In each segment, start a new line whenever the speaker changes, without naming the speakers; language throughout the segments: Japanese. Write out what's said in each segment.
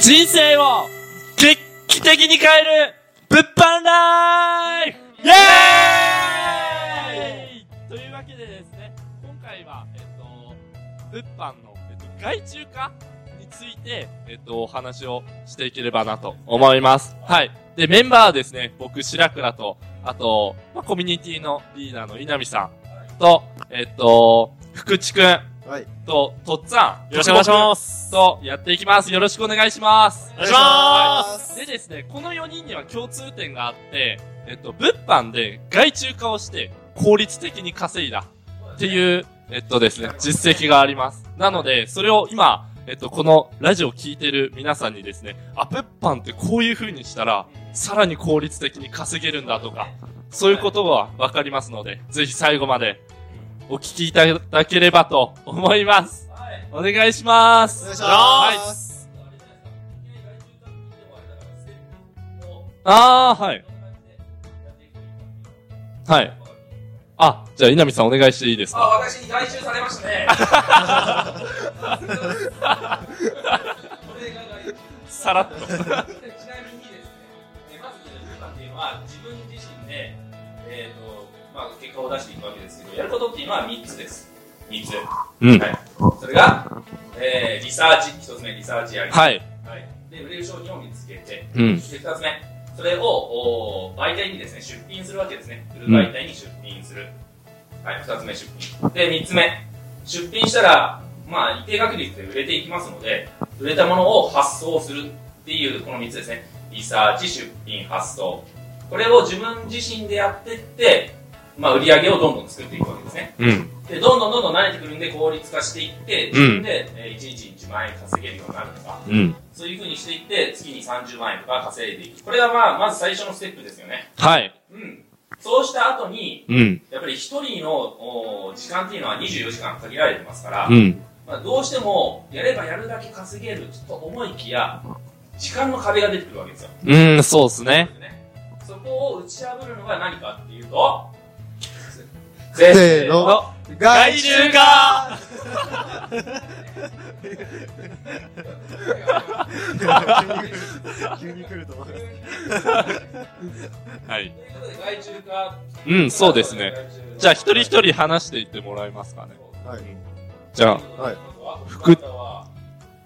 人生を劇的に変える物販ライフイエーイというわけでですね、今回は、えっと、物販の、えっと、外注化について、えっと、お話をしていければなと思います。はい。で、メンバーはですね、僕、白倉と、あと、まあ、コミュニティのリーダーの稲見さんと、えっと、福地くん
はい。
と、とっつぁん。。
よろしくお願いします
と、やっていきます。よろしくお願いします。
お願いします
はいでですね、この4人には共通点があって、えっと、物販で外注化をして効率的に稼いだっていう、えっとですね、実績があります。なので、それを今、えっと、このラジオを聞いてる皆さんにですね、あ、物販ってこういう風にしたら、さらに効率的に稼げるんだとか、そういうことがわかりますので、ぜひ最後までお聞きいただければと思います。お願いします。
お願いします。
ああ、はい。はい。あ、じゃあ、稲見さんお願いしていいですか
あ、私に外注されましたね。 俺が外注
さらっと。
ちなみにですね、えまず、今っていうのは自分自身で、えーとまあ、結果を出していくわけですけど、やることっていうのは3つです。3つ。
うん。
はい、それが、えーリサーチ、1つ目、リサーチやり、
はい。
はいで、売れる商品を見つけて、
うん。
で2つ目、それをおー媒体にですね出品するわけですね、売る媒体に出品する、はい、2つ目、出品、で3つ目、出品したら、まあ、一定確率で売れていきますので、売れたものを発送するっていう、この3つですね、リサーチ、出品、発送、これを自分自身でやっていって、まあ、売り上げをどんどん作っていくわけですね。
うん。
でどんどんどんどん慣れてくるんで効率化していって、自分で、えー、1日1万円稼げるようになるとか、
うん。
そういう風にしていって、月に30万円とか稼いでいく。これはまあ、まず最初のステップですよね。
はい。
うん。そうした後に、
うん。
やっぱり一人のおー時間っていうのは24時間限られてますから、
うん。
まあ、どうしても、やればやるだけ稼げると思いきや、時間の壁が出てくるわけですよ。
うん、そうっすね。
ねそこを打ち破るのが何かっていうと、
せ
せ
ーの。外
注化
急に来ると思う。
はい。
ということで、外注化。
うん、そうですね。
外注化。
じゃあ、一人一人話していってもらえますかね。
はい。
じゃあ、
はい
福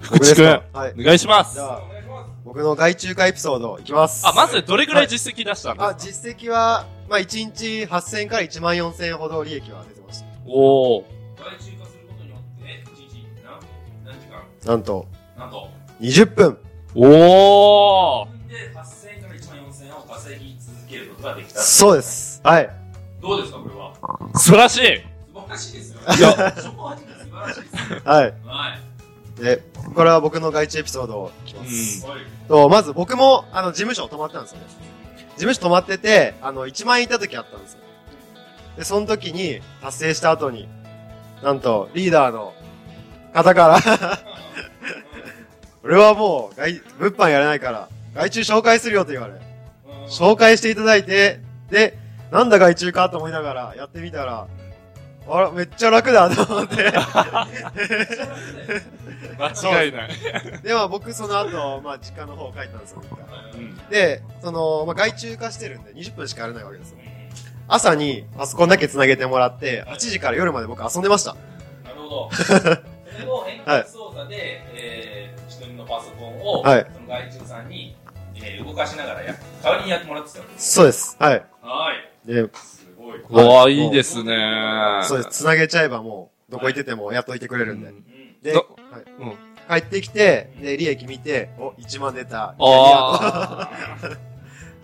福地くん、
はい。
お願いしま
じ
す。
ゃ
あ、
あ、
お願いします。
僕の外注化エピソードいきます。
まず、どれぐらい実績出したんです
あ、
か
実績は、まあ、1日8000円から1万4000円ほど利益は出てまし
おー。
外注化することによって、ね、一日何何時間
た。なんと、
なんと、
20分。
おー。
自分で8000円から1万4000円を稼ぎ続けることができた。
そうです。はい。
どうですか、これは。素
素晴らしい。
晴らしいですよね。
いや
そこは素晴らしいですね。
はい。
はい。
で、これは僕の外注エピソードいきます。
はい。
と、まず僕も、あの、事務所泊まってたんですよね。事務所泊まってて、あの、1万円いた時あったんですよ。で、その時に、達成した後に、なんと、リーダーの方から、俺はもう、外、物販やらないから、外注紹介するよと言われ、
うん
紹介していただいて、で、なんだ外注かと思いながら、やってみたら、あら、めっちゃ楽だと思って。
間違いない。
で、まあ僕その後、まあ実家の方帰ったんですよ、僕が
うん。
で、その、まあ、外注化してるんで20分しかやれないわけですよ。朝にパソコンだけ繋げてもらって、8時から夜まで僕遊んでました。
なるほど。それを遠隔操作で、えー、自分のパソコンを、
はい
その外注さんに、えー動かしながらや、代わりにやってもらってたわけです。
そうです。はい。
はい。
で、
すごい。う
おー、いいですね。
そうです。繋げちゃえばもう、どこ行ってても雇いてくれるんで。
ん。
で、
ど
はい
うん
帰ってきて、で、利益見て、お、1万出た。
ああ。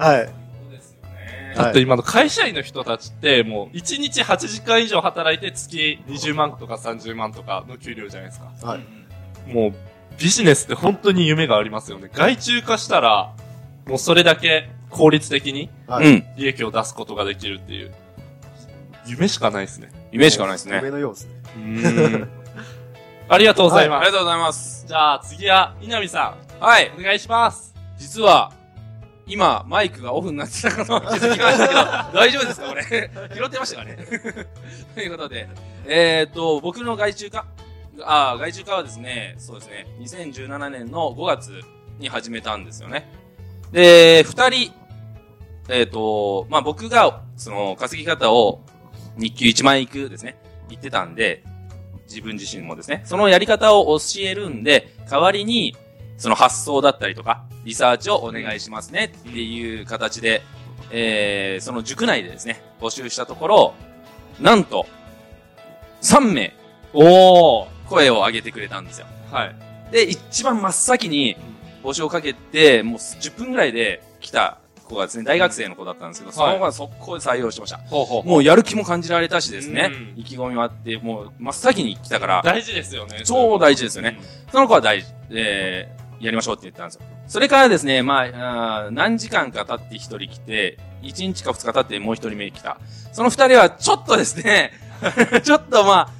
はい。
そうですよね。
はい
だって今の会社員の人たちって、もう1日8時間以上働いて月20万とか30万とかの給料じゃないですか。
はい
うん
もうビジネスって本当に夢がありますよね。外注化したら、もうそれだけ効率的に
はい
うん。
利益を出すことができるっていう。夢しかないですね。
夢しかないですね。
夢のようですね。
うーん。 ありがとうござい
あ
ま
り
す。
がとうございます。
じゃあ次は、稲見さ
はい。
ん、お願いします。
実は、今、マイクがオフになってたかと気づきましたけど、大丈夫ですかこれ。拾ってましたかねということで、えーっと、僕の外注化あー外注化はですね、そうですね、2017年の5月
に始めたんですよね。で、二人、えっ、と、まあ、僕が、その、稼ぎ方を、日給1万いくですね、言ってたんで、自分自身もですね、そのやり方を教えるんで、代わりに、その発想だったりとか、リサーチをお願いしますねっていう形で、えー、その塾内でですね、募集したところ、なんと、3名、
おー。
声を上げてくれたんですよ。
はい。
で、一番真っ先に募集をかけて、もう10分ぐらいで来た子がですね、大学生の子だったんですけど、その子は速攻で採用してました。
ほうほうほう。
もうやる気も感じられたしですね、
うん
意気込みもあって、もう真っ先に来たから、
大事ですよね。
超大事ですよね。その子は大事、えー、やりましょうって言ったんですよ。それからですね、まあ、あー何時間か経って一人来て、一日か二日経ってもう一人目来た。その二人はちょっとですね、 ちょっとまあ、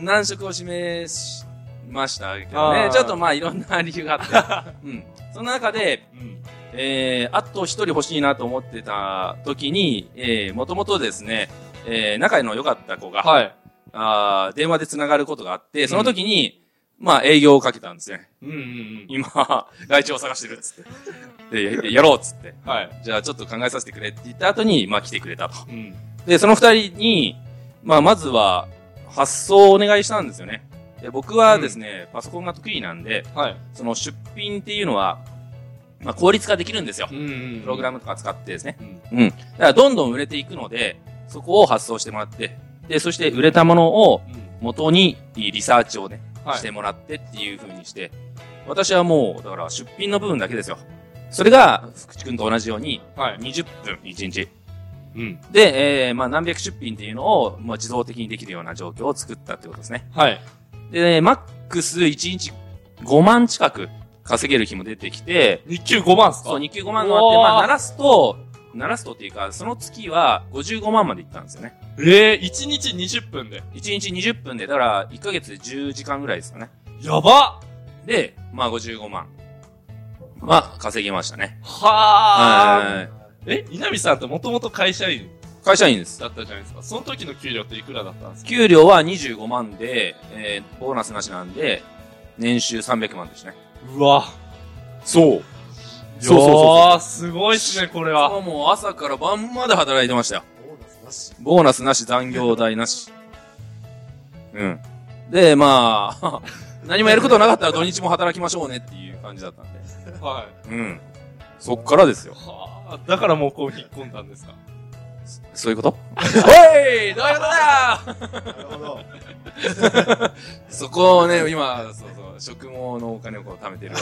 難色を示しましたけど
あ
ね
ー、
ちょっとまあいろんな理由があ って、うん。その中で、
うん。
えー、あと一人欲しいなと思ってた時に、えー、もともとですね、えー、仲の良かった子が、
はい。
あー電話で繋がることがあって、その時に、まあ営業をかけたんですね。
うんうんうん。
今、外注を探してるっつって。で、ややろうっつって。
はい。
じゃあちょっと考えさせてくれって言った後に、まあ来てくれたと。
うん。
で、その二人に、まあまずは、発送をお願いしたんですよね。で僕はですね、パソコンが得意なんで、
はい。
その出品っていうのは、まあ効率化できるんですよ。
んうん
プログ
ム。
ラムとか使ってですね。
うん。
うん。だからどんどん売れていくので、そこを発送してもらって、で、そして売れたものを元にリサーチをね、
はい
してもらってっていう風にして、私はもう、だから出品の部分だけですよ。それが、福地君と同じように、
はい。
20分、1日。
うん。
で、えー、まあ何百出品っていうのを、まあ自動的にできるような状況を作ったってことですね。
はい。
で、マックス1日5万近く稼げる日も出てきて、
日給5万っすか
そう、日給5万があって、
うわ
ま
ー
あ、鳴らすと、鳴らすとっていうか、その月は55万までいったんですよね。
ええー、1日20分で。
1日20分で、だから、1ヶ月で10時間ぐらいですかね。
やば
で、まあ、55万は稼ぎましたね。
は
はい
ー。え、稲見さんってもともと会社員
会社員です。
だったじゃないですか。その時の給料っていくらだったんですか
給料は25万で、えー、ボーナスなしなんで、年収300万ですね。
うわ。
そう。
そうそうそうすごいっすね、これは。
もう朝から晩まで働いてましたよ。
ボーナスなし。
ボーナスなし、残業代なし。うん。で、まあ、 何もやることなかったら土日も働きましょうねっていう感じだったんで。
は
うん。そっからですよ
い。。はあ。だからもうこう引っ込んだんですか。
そういうことおいどういうことだ
なるほど。
そこをね、今、そうそう、食毛のお金をこう貯めてる。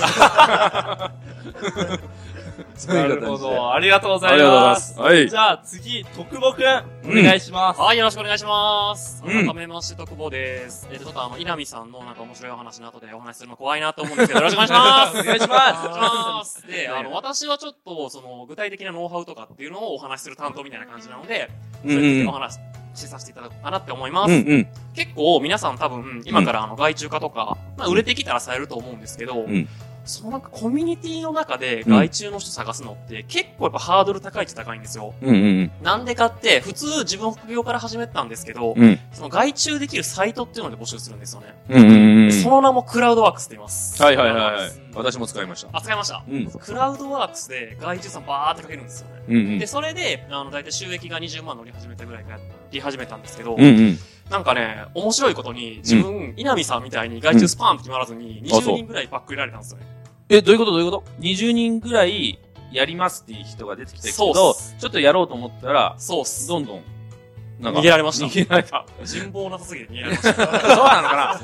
そう
な
いう
る
形で
ほど。ありがとうござ
あり
い
がとうござい
ま。
ますす。はい
じ。ゃあ次、徳保くん、
うん
お願いします。
はい、よろしくお願いします。
うん
改めまして、特保です。えっと、ちょっとあの、稲見さんのなんか面白いお話の後でお話しするの怖いなと思うんですけど、よろしくお願いします。
お願いします
お願いします。で、あの、私はちょっと、その、具体的なノウハウとかっていうのをお話しする担当みたいな感じなので、
う
それについて
ん
お話しさせていただこうかなって思いま
うん。う
す。
んうん。
結構皆さん多分、今からあの、外注化とか、まあ、売れてきたらされると思うんですけど、
ん
そのなんかコミュニティの中で外注の人探すのって結構やっぱハードル高いっちゃ高いんですよ。
うんうん
なんでかって、普通自分副業から始めたんですけど、
うん。うん。
その外注できるサイトっていうので募集するんですよね。
うんうんうん。
その名もクラウドワークスって言います。
はいはいはいはい
クラウドワークス。
私も使いました。
あ、使いました。
うん。
クラウドワークスで外注さんバーってかけるんですよね。
うんうん
で、。それで、あの、だいたい収益が20万乗り始めたぐらいからやり始めたんですけど、
うんうん。
なんかね、面白いことに、自分、稲見さんみたいに外注スパンって決まらずに、
あそう
20人ぐらいバック入れられたんですよね。
え、どういうことどういうこと ?20 人ぐらいやりますっていう人が出てきたけ
そうっ
ど、
す
ちょっとやろうと思ったら、
そうっす。
どんどん、なんか。
逃げられました。
逃げられた。
人望なさすぎて逃げられま した。
そうなのかな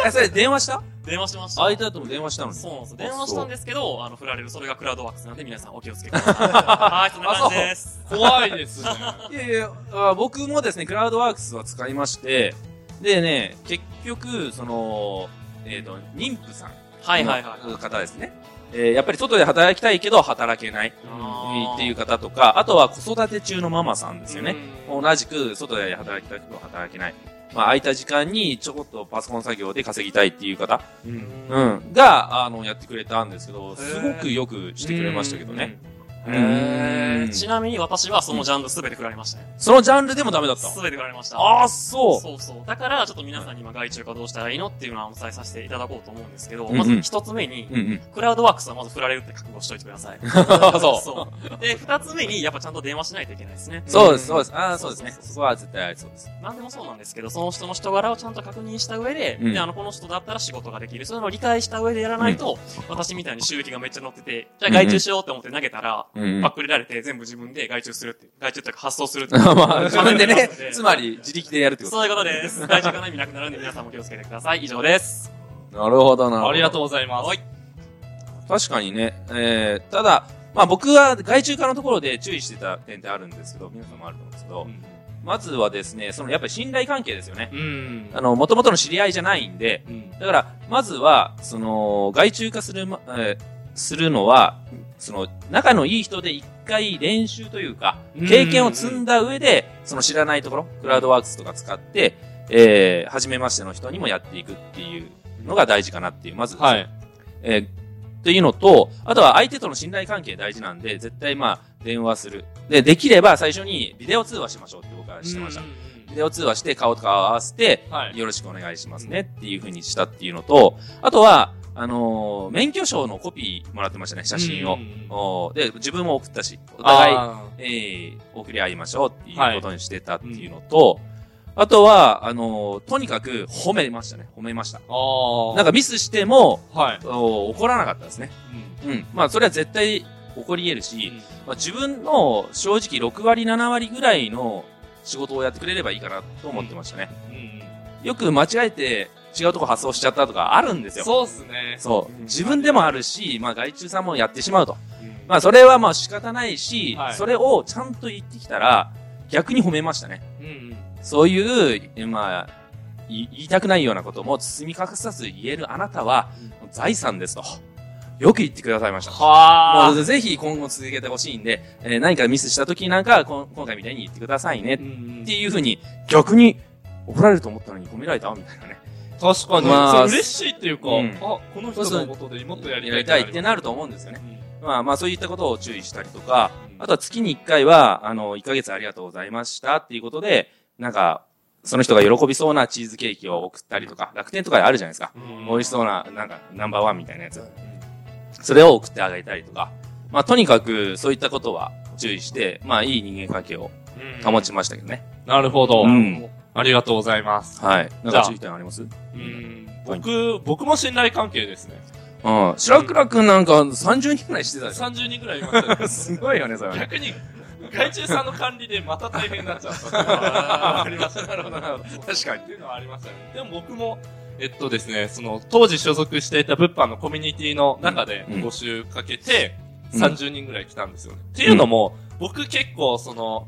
えー、それ電話した
電話しました。
相手だとも電話したのに。
そうなんです。
あ
電話したんですけど、あの、振られる。それがクラウドワークスなんで、皆さんお気をつけください。はい、そんな感じです。
怖いですね。
いやいや、あ僕もですね、クラウドワークスは使いまして、でね、結局、その、えっ、と、妊婦さん
はいはいはい。
の方ですね。えーやっぱり外で働きたいけど働けないっていう方とか、あとは子育て中のママさんですよね。
うん。
同じく外で働きたいけど働けない。まあ、空いた時間にちょこっとパソコン作業で稼ぎたいっていう方、うん、が、あの、やってくれたんですけど、すごくよくしてくれましたけどね。
へ
う
ー
ん
ちなみに私はそのジャンルすべて食らいましたね。
そのジャンルでもダメだった
すべて食らいました。
ああ、そう。
そうそう。だから、ちょっと皆さんに今、外注化どうしたらいいのっていうのはお伝えさせていただこうと思うんですけど、
うんうん
まず一つ目に、
うんうん。
クラウドワークスはまず振られるって覚悟しといてください。
そう
そう。で、二つ目に、やっぱちゃんと電話しないといけないですね。
そうです、そうです。ああ、そうですね。
そうそうそう
そこは絶対ありそうです。
なんでもそうなんですけど、その人の人柄をちゃんと確認した上で、
うん
で、あの、この人だったら仕事ができる。そういうのを理解した上でやらないと、私みたいに収益がめっちゃ乗ってて、じゃあ外注しようって思って投げたら、
うんうん
パックリられて全部自分で外注するって、外注っていうか発送するっ ていう。
まあ、自分でね
そうで、す
つまり自力でやるってこ
そういうことです。外注から意味なくなるんで皆さんも気をつけてください。以上です。
と。なるほど、なるほど。
ありがとうございます。
確かにね、えー、ただ、まあ僕は外注化のところで注意してた点ってあるんですけど、皆さんもあると思うんですけど、
ん
まずはですね、そのやっぱり信頼関係ですよね。
うん。
あの、元々の知り合いじゃないんで、
うん。
だから、まずは、その、外注化する、ま、えーするのは、その、仲のいい人で一回練習というか、
うん
経験を積んだ上で、その知らないところ、クラウドワークスとか使って、えー、初めましての人にもやっていくっていうのが大事かなっていう、まず、
はい。
えーっていうのと、あとは相手との信頼関係大事なんで、絶対まあ、電話する。で、できれば最初にビデオ通話しましょうって僕はしてました。ビデオ通話して顔と顔合わせて、
はい。
よろしくお願いしますねっていう風にしたっていうのと、あとは、あのー免許証のコピーもらってましたね、写真を
う。ん
おーで、自分も送ったし、お互い、
あ
えー、送り合いましょうっていうことにしてたっていうのと、あとは、あのーとにかく褒めましたね、褒めました。
ーあー。
なんかミスしても、
はい。
お怒らなかったですね。うん。まあ、それは絶対起こり得るし、
うん
まあ、自分の正直6割、7割ぐらいの仕事をやってくれればいいかなと思ってましたね。
うん。
よく間違えて違うとこ発送しちゃったとかあるんですよ。
そうっすね。
そう
うん
自分でもあるし、まあ、外注さんもやってしまうと。
うん
まあ、それはまあ仕方ないし、
はい
それをちゃんと言ってきたら、逆に褒めましたね。
うんうん。
そういう、えまあ、い言いたくないようなことも包み隠さず言えるあなたは、財産ですと。よく言ってくださいました。
は
もうぜひ今後続けてほしいんで、えー何かミスした時なんかはこん今回みたいに言ってくださいね
う
っ
ん
ていうふうに逆に怒られると思ったのに褒められたみたいなね。
確かに。
まあ
そう嬉しいっていうか、
うん
あ、この人のことでもっとやり
やり
た
た
い
い
っ
ってて
な
な
る
る
と
と
思う
思うんん
で
ですす
よ
よ
ね
ね。。まあまあそういったことを注意したりとか、あ
あ
と
と
は月に1回は、あの、1ヶ月ありがとうございましたっていうことで、なんか、その人が喜びそうなチーズケーキを送ったりとか、楽天とかであるじゃないですか。美味しそうな、なんか、ナンバーワンみたいなやつ。それを送ってあげたりとか。まあとにかくそういったことは注意して、まあいい人間関係を保ちましたけどね。
なるほど、
うん
ありがとうございます。
はい。なん
じゃ
か
あ
注意点あります
うん僕、僕も信頼関係ですね。
うん。白倉くんなんか30人くらいしてたでしょ。
30人くらいいましたね
すごいよね、それはね。
逆に、外注さんの管理でまた大変になっちゃった。
あー
わかりました。なるほど、なるほど。
確かに
っていうのはありましたね。でも僕も、えっとですね、その、当時所属していた物販のコミュニティの中で
うん
募集かけて、
うん
30人ぐらい来たんですよね。っていうのも、僕結構その、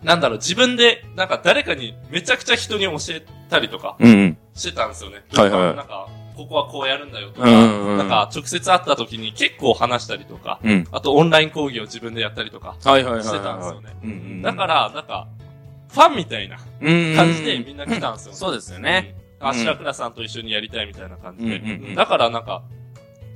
なんだろう、自分で、なんか誰かにめちゃくちゃ人に教えたりとか
うんうん。
してたんですよね。
はいはい
なんか、ここはこうやるんだよと
う
か、
んうんうん
なんか直接会った時に結構話したりとか、
うん。
あとオンライン講義を自分でやったりとか
はいはいはいはい。
してたんですよね。
うんうん。
だから、なんか、ファンみたいな
うん、
感じでみんな来たんですよね。
そうですよね。
うん。あ、白倉さんと一緒にやりたいみたいな感じで。
うんうんうん
だからなんか、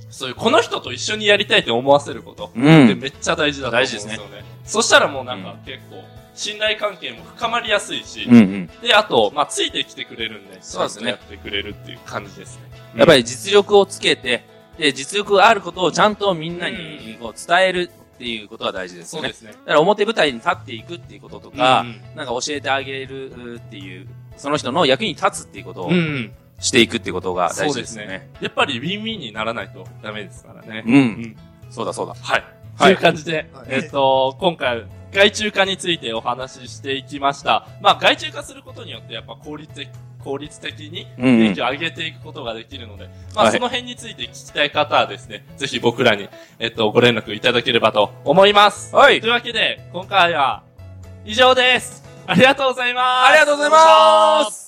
そういう、この人と一緒にやりたいって思わせること
う
って
ん。
めっちゃ大事だと思うんですよね。そしたらもうなん
う
か結構、信頼関係も深まりやすいし、
うんうん。
で、あと、まあ、ついてきてくれるんで、
そうですね
ちゃんとやってくれるっていう感じですね。
やっぱり実力をつけて、で、実力があることをちゃんとみんなにこう伝えるっていうことが大事です
そ
よ
う
ね
で。すね。
だから表舞台に立っていくっていうこととか、
うん
なんか教えてあげるっていう、その人の役に立つっていうことを
うんうん。
していくっていうことが大事ですよ
そうで
ね。
やっぱりウィンウィンにならないとダメですからね。
う。
うんん
そうだそうだ。
はい。
は
と
い
いう感じで、
はい
えっと、今回、外注化についてお話ししていきました。まあ、外注化することによって、やっぱ効率的、効率的に、
うんうん
利益を上げていくことができるので、ま
は
あ、
い
その辺について聞きたい方はですね、ぜひ僕らに、えっと、ご連絡いただければと思います。
はい
と。いうわけで、今回は、以上です。ありがとうございます。
ありがとうございます